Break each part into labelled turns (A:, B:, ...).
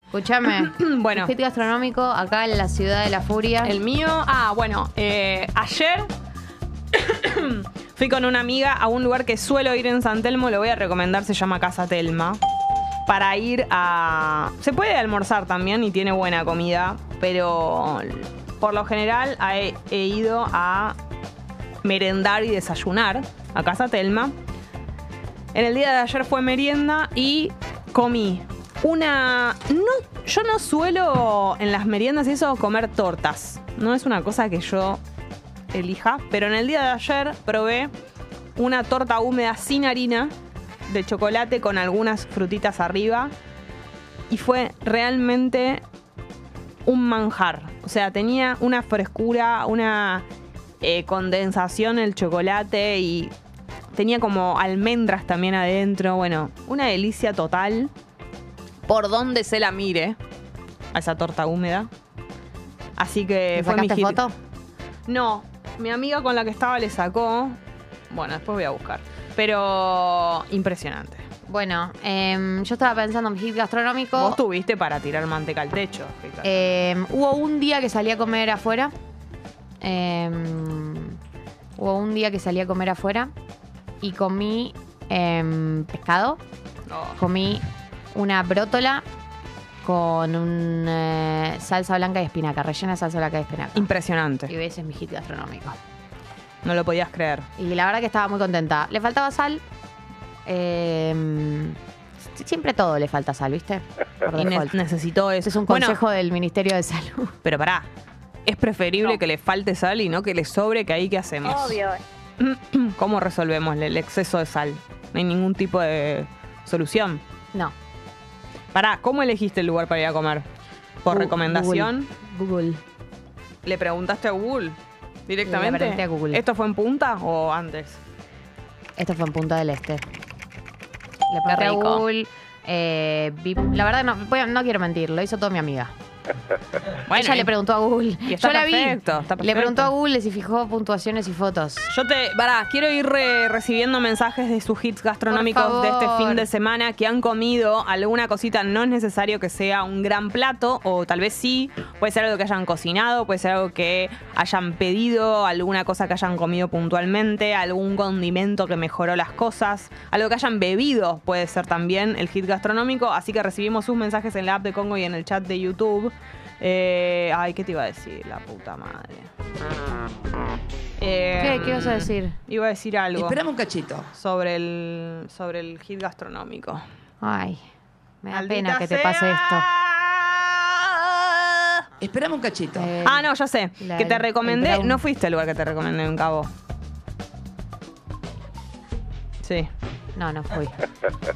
A: Escúchame.
B: Bueno.
A: Hit gastronómico acá en la ciudad de la furia.
B: El mío, ah, bueno, eh, ayer fui con una amiga a un lugar que suelo ir en San Telmo, lo voy a recomendar, se llama Casa Telma. Para ir a. Se puede almorzar también y tiene buena comida, pero por lo general he, he ido a merendar y desayunar a Casa Telma. En el día de ayer fue merienda y comí una. No, yo no suelo en las meriendas y eso comer tortas. No es una cosa que yo elija. Pero en el día de ayer probé una torta húmeda sin harina de chocolate con algunas frutitas arriba. Y fue realmente un manjar. O sea, tenía una frescura, una eh, condensación el chocolate y tenía como almendras también adentro. Bueno, una delicia total por donde se la mire a esa torta húmeda. Así que
A: ¿Le
B: fue mi
A: sacaste
B: hit.
A: foto?
B: No, mi amiga con la que estaba le sacó. Bueno, después voy a buscar. Pero impresionante.
A: Bueno, em, yo estaba pensando en hit gastronómico.
B: Vos tuviste para tirar manteca al techo. Rita.
A: Em, hubo un día que salí a comer afuera. Em, hubo un día que salí a comer afuera y comí em, pescado.
B: Oh.
A: Comí una brótola con un, eh, salsa blanca y espinaca, rellena de salsa blanca y espinaca. Y
B: Impresionante.
A: ese es mi hit gastronómico.
B: No lo podías creer.
A: Y la verdad que estaba muy contenta. Le faltaba sal. Em, si- siempre todo le falta sal, ¿viste? Por
B: Y ne-
A: default.
B: necesitó eso.
A: Ese es un
B: Bueno,
A: consejo del Ministerio de Salud.
B: pero pará. Es preferible que le falte sal y no que le sobre, que ahí qué hacemos.
C: Obvio.
B: ¿Cómo resolvemos el exceso de sal? No hay ningún tipo de solución.
A: No.
B: Pará, ¿cómo elegiste el lugar para ir a comer? ¿Por
A: Gu-
B: recomendación?
A: Google. Google.
B: ¿Le preguntaste a Google directamente?
A: Le pregunté a Google.
B: ¿Esto fue en punta o antes?
A: Esto fue en Punta del Este. Le
B: Qué
A: pregunté a
B: rico.
A: Google. eh, vi- la verdad no, voy a- no quiero mentir, lo hizo toda mi amiga.
B: Bueno,
A: Ella le preguntó a Google.
B: y está
A: Yo la vi.
B: perfecto, está
A: Le
B: perfecto.
A: preguntó a Google si fijó puntuaciones y fotos.
B: Yo te, pará, quiero ir eh, recibiendo mensajes de sus hits gastronómicos
A: Por
B: de
A: favor.
B: este fin de semana que han comido alguna cosita. No es necesario que sea un gran plato, o tal vez sí. Puede ser algo que hayan cocinado, puede ser algo que hayan pedido, alguna cosa que hayan comido puntualmente, algún condimento que mejoró las cosas, algo que hayan bebido puede ser también el hit gastronómico. Así que recibimos sus mensajes en la app de Congo y en el chat de YouTube. Eh, ay, ¿qué te iba a decir? La puta madre.
A: ¿Qué,
B: Em,
A: ¿Qué vas a decir?
B: Iba a decir algo
D: Esperame un cachito.
B: sobre el sobre el hit gastronómico.
A: Ay, me da
B: Maldita
A: pena que te
B: sea.
A: pase esto.
D: Esperame un cachito.
A: Eh,
B: Ah, no, ya sé.
A: La-
B: que te
A: el
B: recomendé.
A: brown.
B: No fuiste al lugar que te recomendé en Cabo. Sí.
A: No, no fui.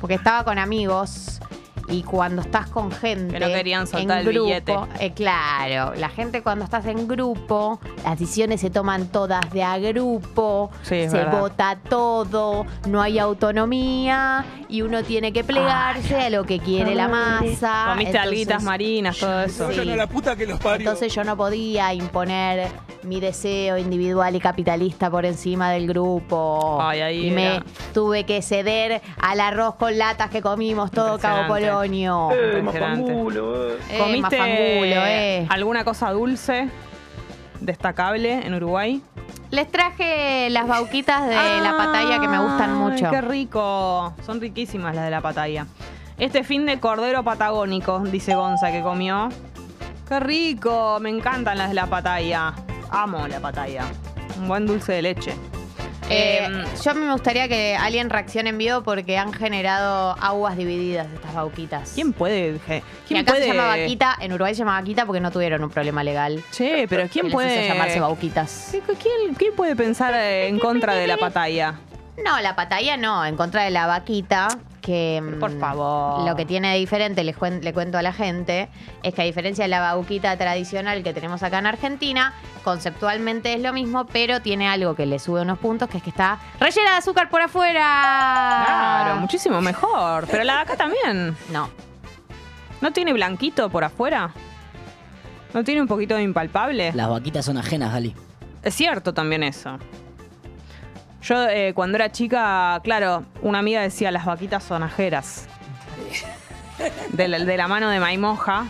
A: Porque estaba con amigos y cuando estás con gente.
B: Que no querían soltar
A: en
B: el
A: grupo-
B: billete.
A: eh, claro, la gente cuando estás en grupo, las decisiones se toman todas de a grupo,
B: Sí, es
A: se
B: verdad.
A: vota todo, no hay autonomía y uno tiene que plegarse a lo que quiere la masa.
B: Comiste
A: Ah, Entonces, Eh,
B: alguitas marinas, todo eso.
A: Sí.
E: a la puta que los parió.
A: Entonces yo no podía imponer mi deseo individual y capitalista por encima del grupo.
B: Ay, ahí
A: y me
B: era.
A: tuve que ceder al arroz con latas que comimos todo Cabo
B: Impresionante.
A: Polonio.
B: Eh,
A: Eh,
B: ¿Comiste
A: mafangulo, eh.
B: alguna cosa dulce destacable en Uruguay?
A: Les traje las bauquitas de la patalla que me gustan
B: Ah, Ay,
A: mucho.
B: Qué rico. Son riquísimas las de la patalla. Este fin de cordero patagónico, dice Gonza que comió. Qué rico. Me encantan las de la patalla. Amo la patalla. Un buen dulce de leche.
A: Eh,
B: Em,
A: yo a mí me gustaría que alguien reaccione en vivo porque han generado aguas divididas estas bauquitas.
B: ¿Quién puede? je-
A: Y
B: ¿Quién
A: acá
B: puede?
A: se llama vaquita, en Uruguay se llama vaquita porque no tuvieron un problema legal.
B: Che, pero
A: que
B: ¿quién
A: les hizo
B: puede
A: llamarse bauquitas.
B: ¿Qui- qui- ¿Quién, quién puede pensar eh, en contra de la patalla?
A: No, la patalla no, en contra de la vaquita, que...
B: Pero
A: mm,
B: por favor.
A: Lo que tiene de diferente, les cuen- le cuento a la gente, es que a diferencia de la vaquita tradicional que tenemos acá en Argentina, conceptualmente es lo mismo, pero tiene algo que le sube unos puntos, que es que está rellena de azúcar por afuera. Ah.
B: Claro, muchísimo mejor. Pero la de acá también.
A: No,
B: ¿No tiene blanquito por afuera? ¿No tiene un poquito de impalpable?
F: Las vaquitas son ajenas, Gali.
B: Es cierto también eso. Yo eh, cuando era chica, claro, una amiga decía las vaquitas sonajeras. de la, de la mano de Maimoja,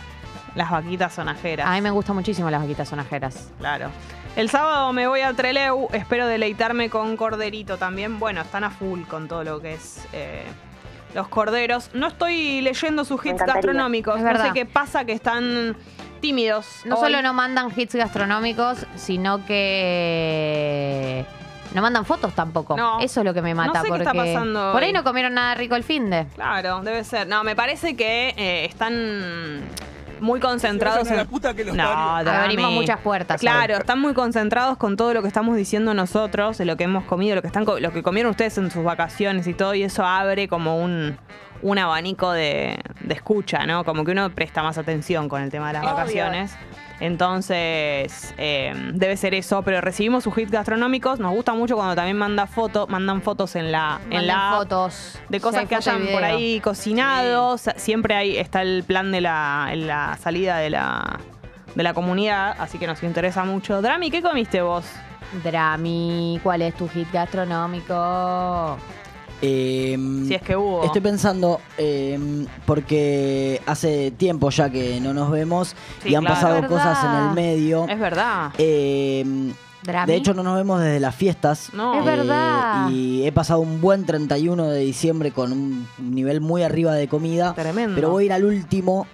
B: las vaquitas sonajeras.
A: A mí me gustan muchísimo las vaquitas sonajeras.
B: Claro. El sábado me voy a Treleu, espero deleitarme con corderito también. Bueno, están a full con todo lo que es eh, los corderos. No estoy leyendo sus hits
C: encantaría.
B: gastronómicos,
A: Es
B: no sé
A: verdad.
B: qué pasa que están tímidos.
A: No
B: hoy.
A: solo no mandan hits gastronómicos, sino que no mandan fotos tampoco.
B: No.
A: Eso es lo que me mata.
B: No sé qué
A: porque
B: está pasando
A: Por
B: hoy.
A: ahí no comieron nada rico el fin de.
B: Claro, debe ser. No, me parece que eh, están muy concentrados
E: Se vayan a
B: en-
E: la puta que los
B: no,
E: parió.
B: Dami.
A: Abrimos muchas puertas hoy.
B: Claro, están muy concentrados con todo lo que estamos diciendo nosotros, de lo que hemos comido, lo que están co- lo que comieron ustedes en sus vacaciones y todo y eso abre como un un abanico de, de escucha, ¿no? Como que uno presta más atención con el tema de las
C: Obvio.
B: vacaciones. Entonces, eh, debe ser eso, pero recibimos sus hits gastronómicos. Nos gusta mucho cuando también manda fotos, mandan fotos en la, en
A: Mandan
B: la app
A: fotos.
B: de
A: Ya
B: cosas
A: hay
B: que
A: foto y
B: hayan por
A: video.
B: ahí cocinado. Sa- Siempre hay, está el plan de la, en la salida de la, de la comunidad, así que nos interesa mucho. Drami, ¿qué comiste vos?
A: Drami, ¿cuál es tu hit gastronómico?
F: Em,
B: Si es que hubo.
F: Estoy pensando, em, porque hace tiempo ya que no nos vemos
B: Sí,
F: y han
B: claro.
F: pasado
A: Es
F: cosas en
A: verdad.
F: el medio.
B: Es verdad.
F: Em,
A: Drami.
F: de hecho, no nos vemos desde las fiestas. Eh,
B: No. Es
A: verdad.
F: Y he pasado un buen 31 de diciembre con un nivel muy arriba de comida.
B: Tremendo.
F: Pero voy a ir al último,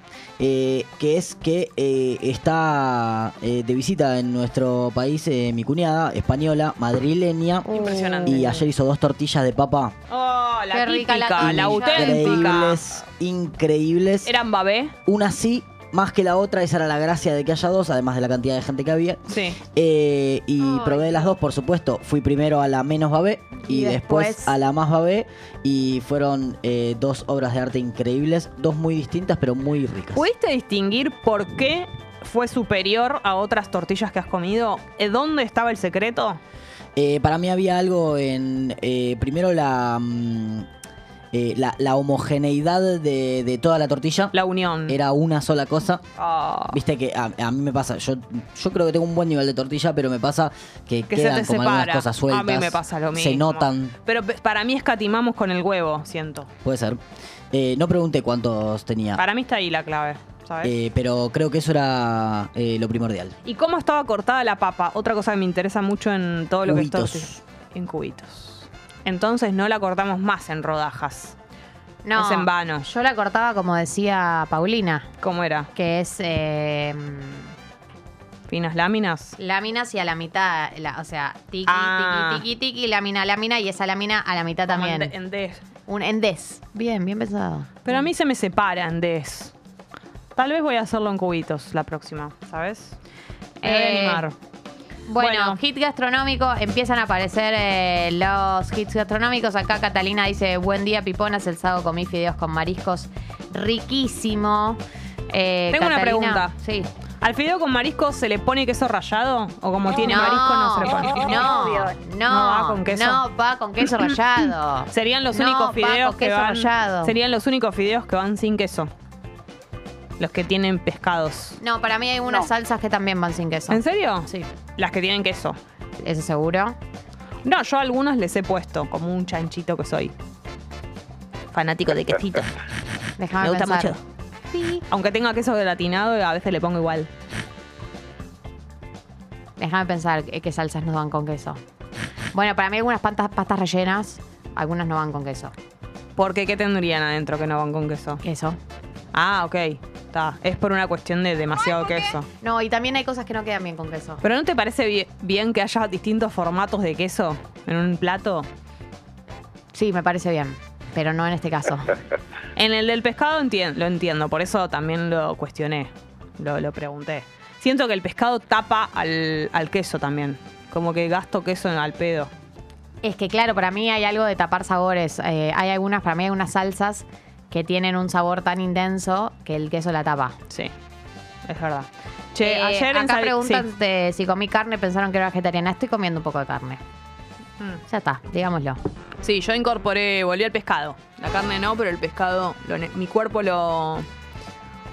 F: eh, que es que eh, está eh, de visita en nuestro país eh, mi cuñada, española, madrileña.
B: Uh. Impresionante.
F: Y ayer hizo dos tortillas de papa.
B: Oh, la
A: Qué rica la
B: típica,
A: tortilla.
B: la, auténtica.
F: Increíbles, increíbles.
B: ¿Eran babé?
F: Una sí, más que la otra, esa era la gracia de que haya dos, además de la cantidad de gente que había.
B: Sí.
F: Eh, y
A: Ay.
F: probé las dos, por supuesto. Fui primero a la menos babé y,
A: Y
F: después,
A: después-
F: a la más babé. Y fueron eh, dos obras de arte increíbles, dos muy distintas, pero muy ricas.
B: ¿Pudiste distinguir por qué fue superior a otras tortillas que has comido? ¿Eh, ¿Dónde estaba el secreto?
F: Eh, para mí había algo en. eh, primero la. mm, eh, la, la homogeneidad de, de toda la tortilla.
B: La unión.
F: Era una sola cosa.
B: Oh.
F: Viste que a, a mí me pasa, yo, yo creo que tengo un buen nivel de tortilla, pero me pasa que,
B: que se
F: quedan
B: te
F: como
B: separa.
F: algunas cosas sueltas.
B: a mí me pasa lo mismo.
F: Se notan,
B: Pero pe- para mí escatimamos con el huevo, siento.
F: puede ser. Eh, no pregunté cuántos tenía,
B: Para mí está ahí la clave, ¿sabes?
F: eh, pero creo que eso era eh, lo primordial.
B: ¿Y cómo estaba cortada la papa? Otra cosa que me interesa mucho en todo lo que
F: Cubitos.
B: está en cubitos. Entonces no la cortamos más en rodajas.
A: no,
B: es en vano.
A: Yo la cortaba como decía Paulina,
B: ¿Cómo era?
A: que es eh,
B: ¿Finas láminas?
A: láminas y a la mitad, la- o sea, tiqui,
B: Ah.
A: tiqui, tiqui, tiqui, lámina, lámina y esa lámina a la mitad
B: Como en
A: también.
B: de- en des.
A: Un endés. Bien, bien pensado.
B: Pero a mí se me separa en des. Tal vez voy a hacerlo en cubitos la próxima, ¿sabes? Me voy a
A: Eh,
B: animar.
A: Bueno,
B: Bueno.
A: hit gastronómico, empiezan a aparecer eh, los hits gastronómicos. Acá Catalina dice, buen día Piponas, el sábado comí fideos con mariscos, riquísimo. Eh,
B: Tengo una
A: Catalina-
B: pregunta.
A: Sí.
B: ¿Al fideo con marisco se le pone queso rallado? ¿O como tiene
A: No,
B: marisco no se le pone?
A: No,
C: Obvio.
A: no,
B: No va con queso.
A: No, va con queso rallado.
B: Serían los
A: No,
B: únicos
A: Paco,
B: fideos que
A: queso
B: van.
A: rallado.
B: Serían los únicos fideos que van sin queso. Los que tienen pescados.
A: No, para mí hay unas
C: No.
A: salsas que también van sin queso.
B: ¿En serio?
A: Sí,
B: Las que tienen queso.
A: eso seguro.
B: No, yo a algunos les he puesto, como un chanchito que soy. Fanático de quesito.
A: Déjame
B: Me gusta
A: pensar.
B: mucho. Aunque tenga queso gelatinado, a veces le pongo igual.
A: Déjame pensar qué qué salsas nos van con queso. Bueno, para mí algunas pantas- pastas rellenas, algunas no van con queso.
B: ¿Por qué? ¿Qué tendrían adentro que no van con queso?
A: Queso.
B: Ah, ok. Está. Es por una cuestión de demasiado queso.
A: No, y también hay cosas que no quedan bien con queso.
B: ¿Pero no te parece bi- bien que haya distintos formatos de queso en un plato?
A: Sí, me parece bien, pero no en este caso.
B: En el del pescado entien- lo entiendo, por eso también lo cuestioné, lo, lo pregunté. Siento que el pescado tapa al, al queso también, como que gasto queso en- al pedo.
A: Es que claro, para mí hay algo de tapar sabores. Eh, hay algunas, para mí hay unas salsas que tienen un sabor tan intenso que el queso la tapa.
B: Sí, es verdad. Che,
A: Eh,
B: ayer en
A: acá
B: Sabi-
A: preguntan
B: sí.
A: de si comí carne, pensaron que era vegetariana. Estoy comiendo un poco de carne.
B: Mm.
A: Ya está, digámoslo.
B: Sí, yo incorporé, volví al pescado. La carne no, pero el pescado, lo ne- mi cuerpo lo,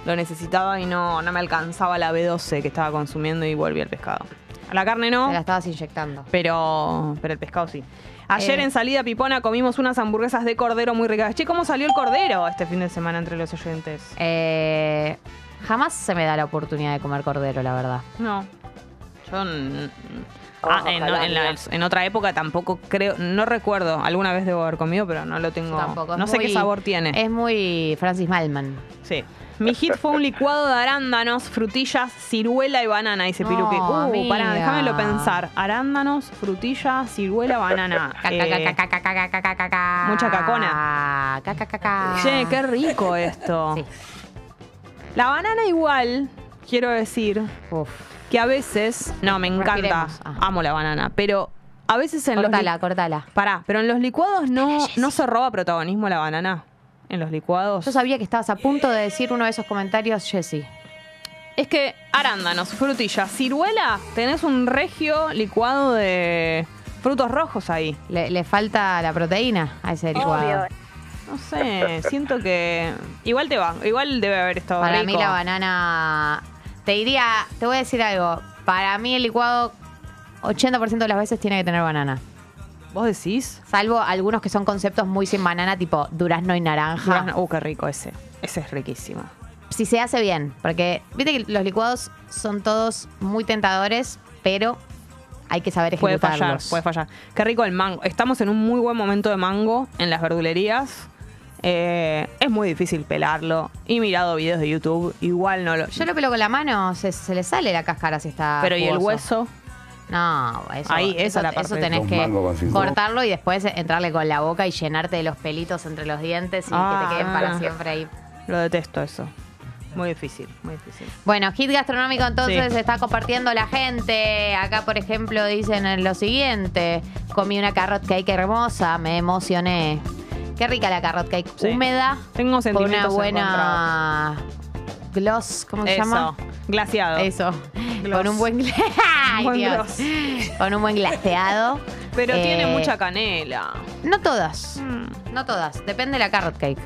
B: lo necesitaba y no, no me alcanzaba la B12 que estaba consumiendo y volví al pescado. A la carne no,
A: Te la estabas inyectando.
B: pero, pero el pescado sí. Ayer
A: Eh.
B: en salida Pipona comimos unas hamburguesas de cordero muy ricas. Che, ¿cómo salió el cordero este fin de semana entre los oyentes?
A: Eh, jamás se me da la oportunidad de comer cordero, la verdad.
B: No. Yo. n- Ah, en, en la- en otra época tampoco creo. No recuerdo. Alguna vez debo haber comido, pero no lo tengo.
A: Yo tampoco. Es
B: No sé qué
A: muy- Eh.
B: sabor tiene.
A: Es muy Francis Malman.
B: Sí. Mi hit fue un licuado de arándanos, frutillas, ciruela y banana, dice
A: No,
B: Piluque. Uh,
A: Oh, amiga.
B: pará, déjamelo pensar. Arándanos, frutillas, ciruela, banana. Eh, mucha
A: Mucha
B: cacona. che, qué rico esto.
A: Ah. Sí.
B: La banana igual, quiero decir,
A: Uf.
B: que a veces. No, me encanta.
A: Respiremos. Ah.
B: Amo la banana. Pero a veces en los.
A: Cortala,
B: li-
A: cortala.
B: Pará, pero en los licuados no, no se roba protagonismo la banana. En los licuados.
A: Yo sabía que estabas a punto de decir uno de esos comentarios, Jessy.
B: Es que arándanos, frutillas, ciruela, tenés un regio licuado de frutos rojos ahí.
A: Le, le falta la proteína a ese licuado.
B: No sé, siento que igual te va, igual debe haber estado
A: Para
B: rico.
A: mí la banana. Te diría, te voy a decir algo. Para mí el licuado 80% de las veces tiene que tener banana.
B: ¿Vos decís?
A: Salvo algunos que son conceptos muy sin banana, tipo durazno y naranja.
B: Durazno- Uh, qué rico ese. Ese es riquísimo.
A: Si se hace bien, porque viste que los licuados son todos muy tentadores, pero hay que saber
B: Puede
A: ejecutarlos.
B: fallar, puede fallar. Qué rico el mango. Estamos en un muy buen momento de mango en las verdulerías. Eh, es muy difícil pelarlo. He mirado videos de YouTube, igual no lo.
A: Yo lo pelo con la mano, se, se le sale la cáscara si está
B: pero y el
A: Ah, jugoso.
B: hueso.
A: No, eso,
B: Ahí, esa
A: eso,
B: es la parte.
A: eso tenés
C: Los
A: que
C: mangos con cinco.
A: cortarlo y después entrarle con la boca y llenarte de los pelitos entre los dientes y
B: Ah.
A: que te queden para siempre ahí.
B: Lo detesto eso. Muy difícil, muy difícil.
A: Bueno, hit gastronómico entonces
B: Sí.
A: está compartiendo la gente. Acá, por ejemplo, dicen eh, lo siguiente. Comí una carrot cake hermosa, me emocioné. Qué rica la carrot cake,
B: Sí.
A: húmeda. Con
B: Tengo
A: una
B: sentimientos
A: buena gloss, ¿cómo se
B: Eso.
A: llama?
B: Glaciado.
A: Eso.
B: Gloss.
A: Con un buen, gla- Ay,
B: Buen
A: Dios.
B: gloss.
A: Con un buen glaseado.
B: Pero
A: Eh,
B: tiene mucha canela.
A: No todas.
B: Mm,
A: No todas. Depende de la carrot cake.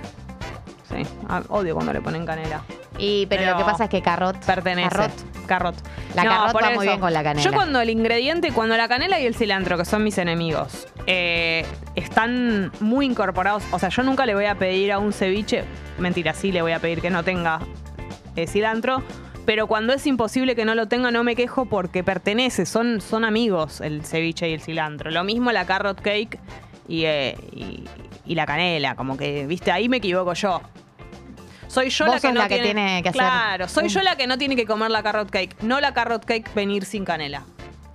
B: Sí, Ah, odio cuando le ponen canela.
A: Y, pero,
B: Pero
A: lo que pasa es que carrot.
B: Pertenece.
A: Carrot.
B: Carrot.
A: La carrot
B: por
A: va muy bien con la canela.
B: Yo cuando el ingrediente, cuando la canela y el cilantro, que son mis enemigos, eh, están muy incorporados. O sea, yo nunca le voy a pedir a un ceviche, mentira, sí le voy a pedir que no tenga eh, cilantro. Pero cuando es imposible que no lo tenga, no me quejo porque pertenece, son, son amigos el ceviche y el cilantro. Lo mismo la carrot cake y, eh, y- y la canela, como que, viste, ahí me equivoco yo. Soy yo
A: Vos
B: la que
A: sos
B: no
A: la que tiene que hacer
B: Claro, soy
A: un-
B: yo la que no tiene que comer la carrot cake, no la carrot cake venir sin canela.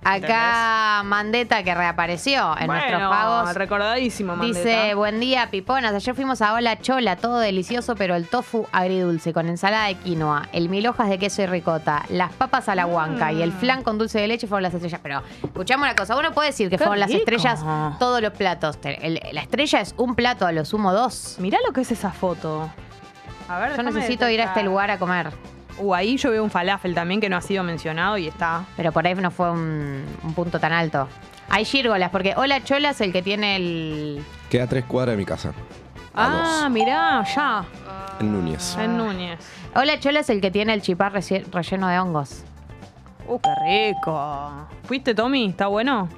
A: Acá Mandeta que reapareció en nuestros
B: Bueno,
A: pagos.
B: Recordadísimo, Mandeta.
A: Dice, buen día, piponas. Ayer fuimos a Hola Chola, todo delicioso, pero el tofu agridulce con ensalada de quinoa, el mil hojas de queso y ricota, las papas a la huanca y el
B: Mm.
A: flan con dulce de leche fueron las estrellas. Pero escuchamos una cosa, uno puede decir que
B: Qué
A: fueron las
B: rico.
A: estrellas todos los platos. Te- el- la estrella es un plato, a lo sumo dos.
B: Mirá lo que es esa foto. A ver,
A: Yo
B: déjame
A: necesito ir a este
B: detectar.
A: lugar a comer,
B: Uh, ahí yo veo un falafel también que no ha sido mencionado y está.
A: pero por ahí no fue un, un punto tan alto. Hay gírgolas, porque Hola Chola es el que tiene el...
C: Queda tres cuadras de mi casa.
B: Ah,
C: A Ah.
B: mirá, ya.
C: dos. En Núñez.
B: En Núñez.
A: Hola Chola es el que tiene el chipá reci- relleno de hongos.
B: Uh, qué rico. ¿Fuiste, Tommy? ¿Está bueno?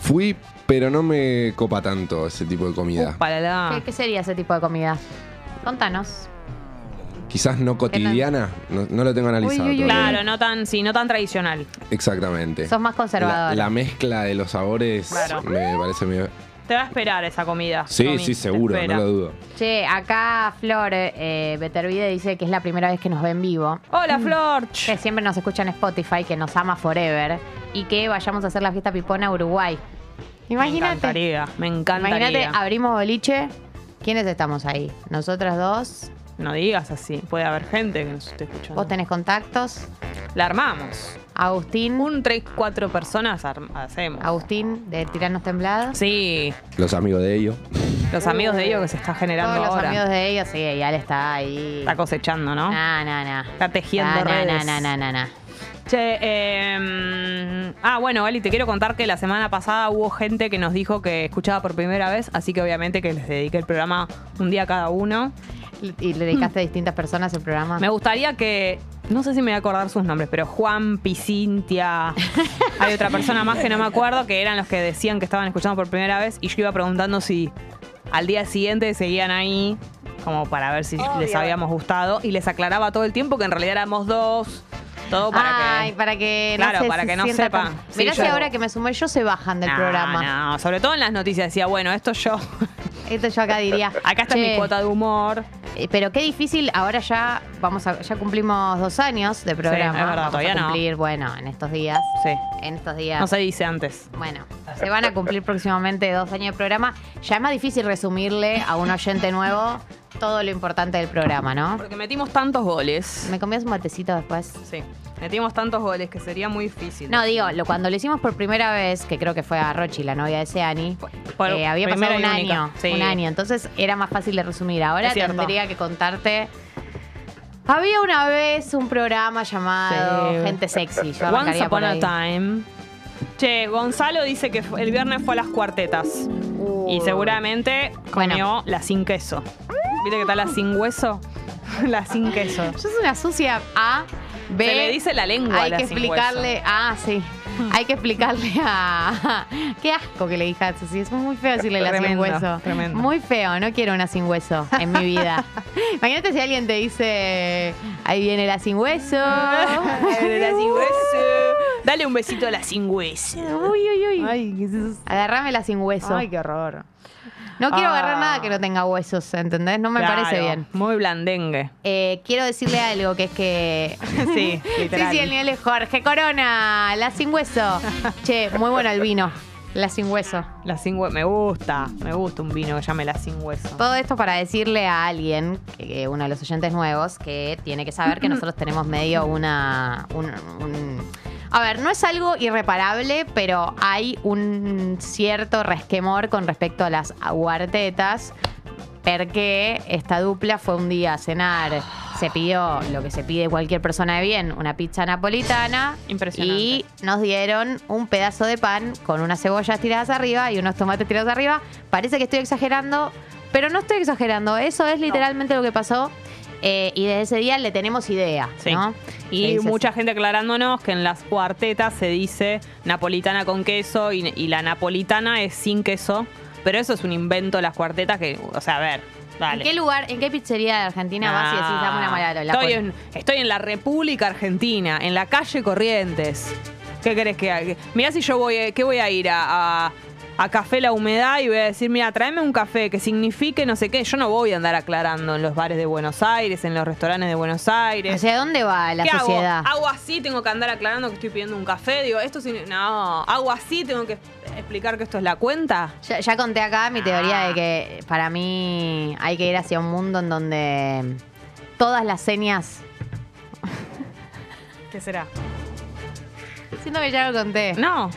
C: Fui, pero no me copa tanto ese tipo de comida.
B: Uh, para la.
A: ¿Qué, qué sería ese tipo de comida? Contanos.
C: Quizás no cotidiana. No, no lo tengo analizado.
A: Uy, uy, uy.
C: todavía.
B: Claro, no tan, sí, no tan tradicional.
C: Exactamente.
A: Sos más conservador.
C: La, la mezcla de los sabores
B: Claro.
C: me parece medio.
B: Te va a esperar esa comida.
C: Sí,
B: Tommy,
C: sí,
B: te
C: seguro,
B: espera.
C: no lo dudo.
A: Che, acá Flor eh, Betervide dice que es la primera vez que nos ve en vivo.
B: Hola, Flor. Ch.
A: Que siempre nos escucha en Spotify, que nos ama forever. Y que vayamos a hacer la fiesta pipona a Uruguay.
B: Me
A: Imagínate.
B: encantaría. Me encantaría.
A: Imagínate, abrimos boliche. ¿Quiénes estamos ahí? Nosotras dos.
B: No digas así. Puede haber gente que nos esté escuchando.
A: Vos tenés contactos.
B: La armamos.
A: Agustín.
B: Un, tres, cuatro personas arm- hacemos.
A: Agustín de Tiranos Temblados.
B: Sí,
C: Los amigos de ellos.
B: los amigos de ellos que se está generando
A: Todos los
B: ahora.
A: amigos de Ah, ellos. Sí, ya le está ahí.
B: Está cosechando, ¿no?
A: No, no, no. Ah,
B: Está tejiendo
A: No, no,
B: redes.
A: No, no, no, no.
B: Che, eh, ah, bueno, Gali, te quiero contar que la semana pasada hubo gente que nos dijo que escuchaba por primera vez, así que obviamente que les dediqué el programa un día cada uno.
A: y le dedicaste a distintas personas el programa.
B: Me gustaría que. No sé si me voy a acordar sus nombres, pero Juan, Picintia. Hay otra persona más que no me acuerdo, que eran los que decían que estaban escuchando por primera vez. Y yo iba preguntando si al día siguiente seguían ahí, como para ver si les habíamos gustado. Y les aclaraba todo el tiempo que en realidad éramos dos. Todo para
A: Ay,
B: que.
A: para que
B: Claro,
A: se-
B: para
A: se
B: que no
A: sienta
B: sepa.
A: tan-
B: Sí,
A: Mirá
B: yo-
A: si ahora que me sumé yo se bajan del
B: No,
A: programa.
B: no, sobre todo en las noticias decía, bueno, esto yo.
A: Esto yo acá diría.
B: Acá está
A: "Che,
B: mi cuota de humor.
A: Eh, Pero qué difícil, ahora ya vamos a, ya cumplimos dos años de programa.
B: es verdad,
A: Vamos
B: todavía
A: a
B: no.
A: cumplir, bueno, en estos días.
B: Sí.
A: En estos días.
B: No se dice antes.
A: Bueno, se van a cumplir próximamente dos años de programa. Ya es más difícil resumirle a un oyente nuevo todo lo importante del programa, ¿no?
B: Porque metimos tantos goles.
A: ¿Me comías un matecito después?
B: Sí. Metimos tantos goles que sería muy difícil.
A: No, digo, lo, cuando lo hicimos por primera vez, que creo que fue a Rochi, la novia de Seani,
B: Por- por
A: eh, había pasado
B: primera
A: un
B: y única.
A: año.
B: Sí.
A: Un año, entonces era más fácil de resumir. Ahora
B: Es cierto.
A: tendría que contarte. Había una vez un programa llamado
B: Sí.
A: Gente Sexy. Yo
B: Once
A: arrancaría por
B: upon a
A: ahí.
B: time. Che, Gonzalo dice que fu- el viernes fue a las cuartetas. Y
A: Uh.
B: seguramente comió
A: Bueno.
B: la sin queso. ¿Viste que tal la sin hueso? la sin queso.
A: Yo soy una sucia A, B.
B: Se le dice la lengua a
A: Hay
B: la
A: que
B: sin
A: explicarle.
B: hueso.
A: Ah, sí. Hay que explicarle a. Qué asco que le dije a Susi. Es muy feo decirle la sin
B: Tremendo,
A: hueso.
B: tremendo.
A: Muy feo. No quiero una sin hueso en mi vida. Imagínate si alguien te dice. Ahí viene la sin hueso. Ahí viene la sin
B: hueso. Dale un besito a la sin hueso.
A: hueso. Uy, uy, uy.
B: Ay, ¿qué es eso?
A: Agarrame la sin hueso.
B: Ay, qué horror.
A: No quiero
B: Ah.
A: agarrar nada que no tenga huesos, ¿entendés? No me
B: Claro,
A: parece bien.
B: Muy blandengue.
A: Eh, quiero decirle algo que es que.
B: Sí, literal.
A: Sí, sí, el nivel es Jorge Corona, la sin hueso. che, muy bueno el vino, la sin hueso.
B: La sin hueso. Me gusta. Me gusta un vino que llame la sin hueso.
A: Todo esto para decirle a alguien, que- que uno de los oyentes nuevos, que tiene que saber que nosotros tenemos medio una. un- un- a ver, no es algo irreparable, pero hay un cierto resquemor con respecto a las aguartetas. Porque esta dupla fue un día a cenar, se pidió lo que se pide cualquier persona de bien, una pizza napolitana.
B: Impresionante.
A: Y nos dieron un pedazo de pan con unas cebollas tiradas arriba y unos tomates tirados arriba. Parece que estoy exagerando, pero no estoy exagerando. Eso es literalmente lo que pasó. Eh, y desde ese día le tenemos idea,
B: Sí.
A: ¿no? Se
B: Y
A: dice
B: mucha
A: así.
B: gente aclarándonos que en las cuartetas se dice napolitana con queso y, y la napolitana es sin queso. Pero eso es un invento de las cuartetas que, o sea, a ver,
A: ¿En
B: dale.
A: qué lugar, en qué pizzería de Argentina vas y decís, dame una mala la
B: Ah. estoy,
A: pol-"?
B: en, estoy en la República Argentina, en la calle Corrientes. ¿Qué querés que haga? Mirá si yo voy, eh, ¿qué voy a ir a, a- a Café La Humedad y voy a decir, mira, tráeme un café que signifique no sé qué. Yo no voy a andar aclarando en los bares de Buenos Aires, en los restaurantes de Buenos Aires.
A: ¿Hacia dónde va la
B: ¿Qué hago?
A: sociedad?
B: Hago? así, tengo que andar aclarando que estoy pidiendo un café. Digo, esto sin... No, hago así, tengo que explicar que esto es la cuenta.
A: Ya, ya conté acá mi teoría
B: Ah.
A: de que para mí hay que ir hacia un mundo en donde todas las señas.
B: ¿Qué será?
A: Siento que ya lo conté.
B: No.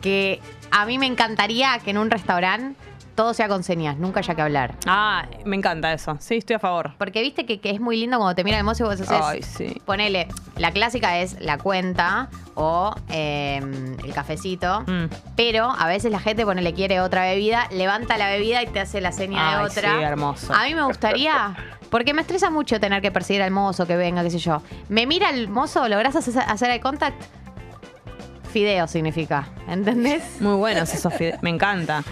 A: Que a mí me encantaría que en un restaurante todo sea con señas, nunca haya que hablar.
B: Ah, me encanta eso. Sí, estoy a favor.
A: Porque viste que, que es muy lindo cuando te mira el mozo y vos haces.
B: Ay, sí.
A: Ponele, la clásica es la cuenta o eh, el cafecito.
B: Mm.
A: Pero a veces la gente ponele quiere otra bebida, levanta la bebida y te hace la seña de
B: Ay,
A: otra.
B: sí, hermoso.
A: A mí me gustaría, porque me estresa mucho tener que perseguir al mozo que venga, qué sé yo. Me mira el mozo, lográs hacer, hacer el contact. Fideo significa, ¿entendés?
B: Muy buenos esos fideos. Me encanta.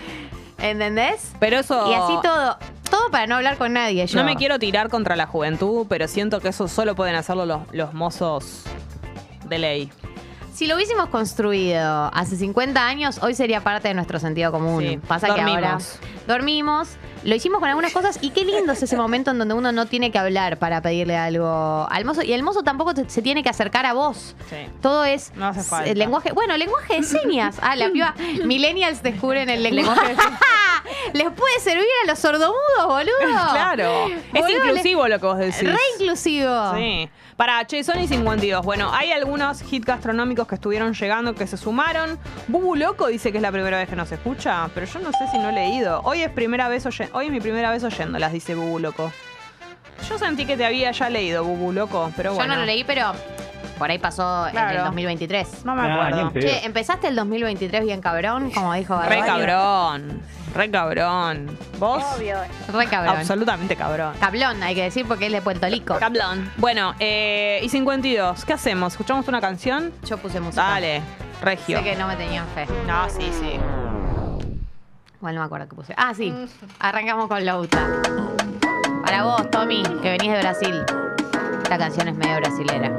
A: ¿Entendés?
B: Pero eso.
A: Y así todo, todo para no hablar con nadie. Yo.
B: No me quiero tirar contra la juventud, pero siento que eso solo pueden hacerlo los, los mozos de ley.
A: Si lo hubiésemos construido hace 50 años, hoy sería parte de nuestro sentido común.
B: Sí,
A: Pasa
B: dormimos.
A: que ahora dormimos, lo hicimos con algunas cosas y qué lindo es ese momento en donde uno no tiene que hablar para pedirle algo al mozo y el mozo tampoco te- se tiene que acercar a vos.
B: Sí.
A: Todo es
B: No hace
A: s-
B: falta.
A: lenguaje, bueno, lenguaje de señas. Ah, la piba millennials descubren el lenguaje. Les puede servir a los sordomudos, boludo.
B: Claro.
A: Boludo,
B: es
A: le-
B: inclusivo lo que vos decís.
A: Re inclusivo.
B: Sí. Para Che, Sony 52. Bueno, hay algunos hits gastronómicos que estuvieron llegando que se sumaron. Bubu Loco dice que es la primera vez que nos escucha, pero yo no sé si no he leído. Hoy es primera vez oye- hoy es mi primera vez oyéndolas, dice Bubu Loco. Yo sentí que te había ya leído, Bubu Loco, pero
A: Yo
B: bueno.
A: no lo leí, pero Por ahí pasó en
B: Claro.
A: el 2023.
B: No me
E: Ah,
B: acuerdo.
E: ni en pedo.
A: Che, empezaste el 2023 bien cabrón, como dijo
B: Re
A: Barbario.
B: cabrón. Re cabrón. ¿Vos?
G: Obvio.
A: Re cabrón.
B: Absolutamente cabrón.
A: Cablón, hay que decir, porque es de Puerto Rico.
B: Cablón. Bueno, eh, y 52. ¿Qué hacemos? ¿Escuchamos una canción?
A: Yo puse música.
B: Dale, Regio.
A: Sé que no me tenían fe.
B: No, sí, sí.
A: Igual no me acuerdo qué puse. Ah, sí. Arrancamos con Louta. Para vos, Tommy, que venís de Brasil. Esta canción es medio brasilera.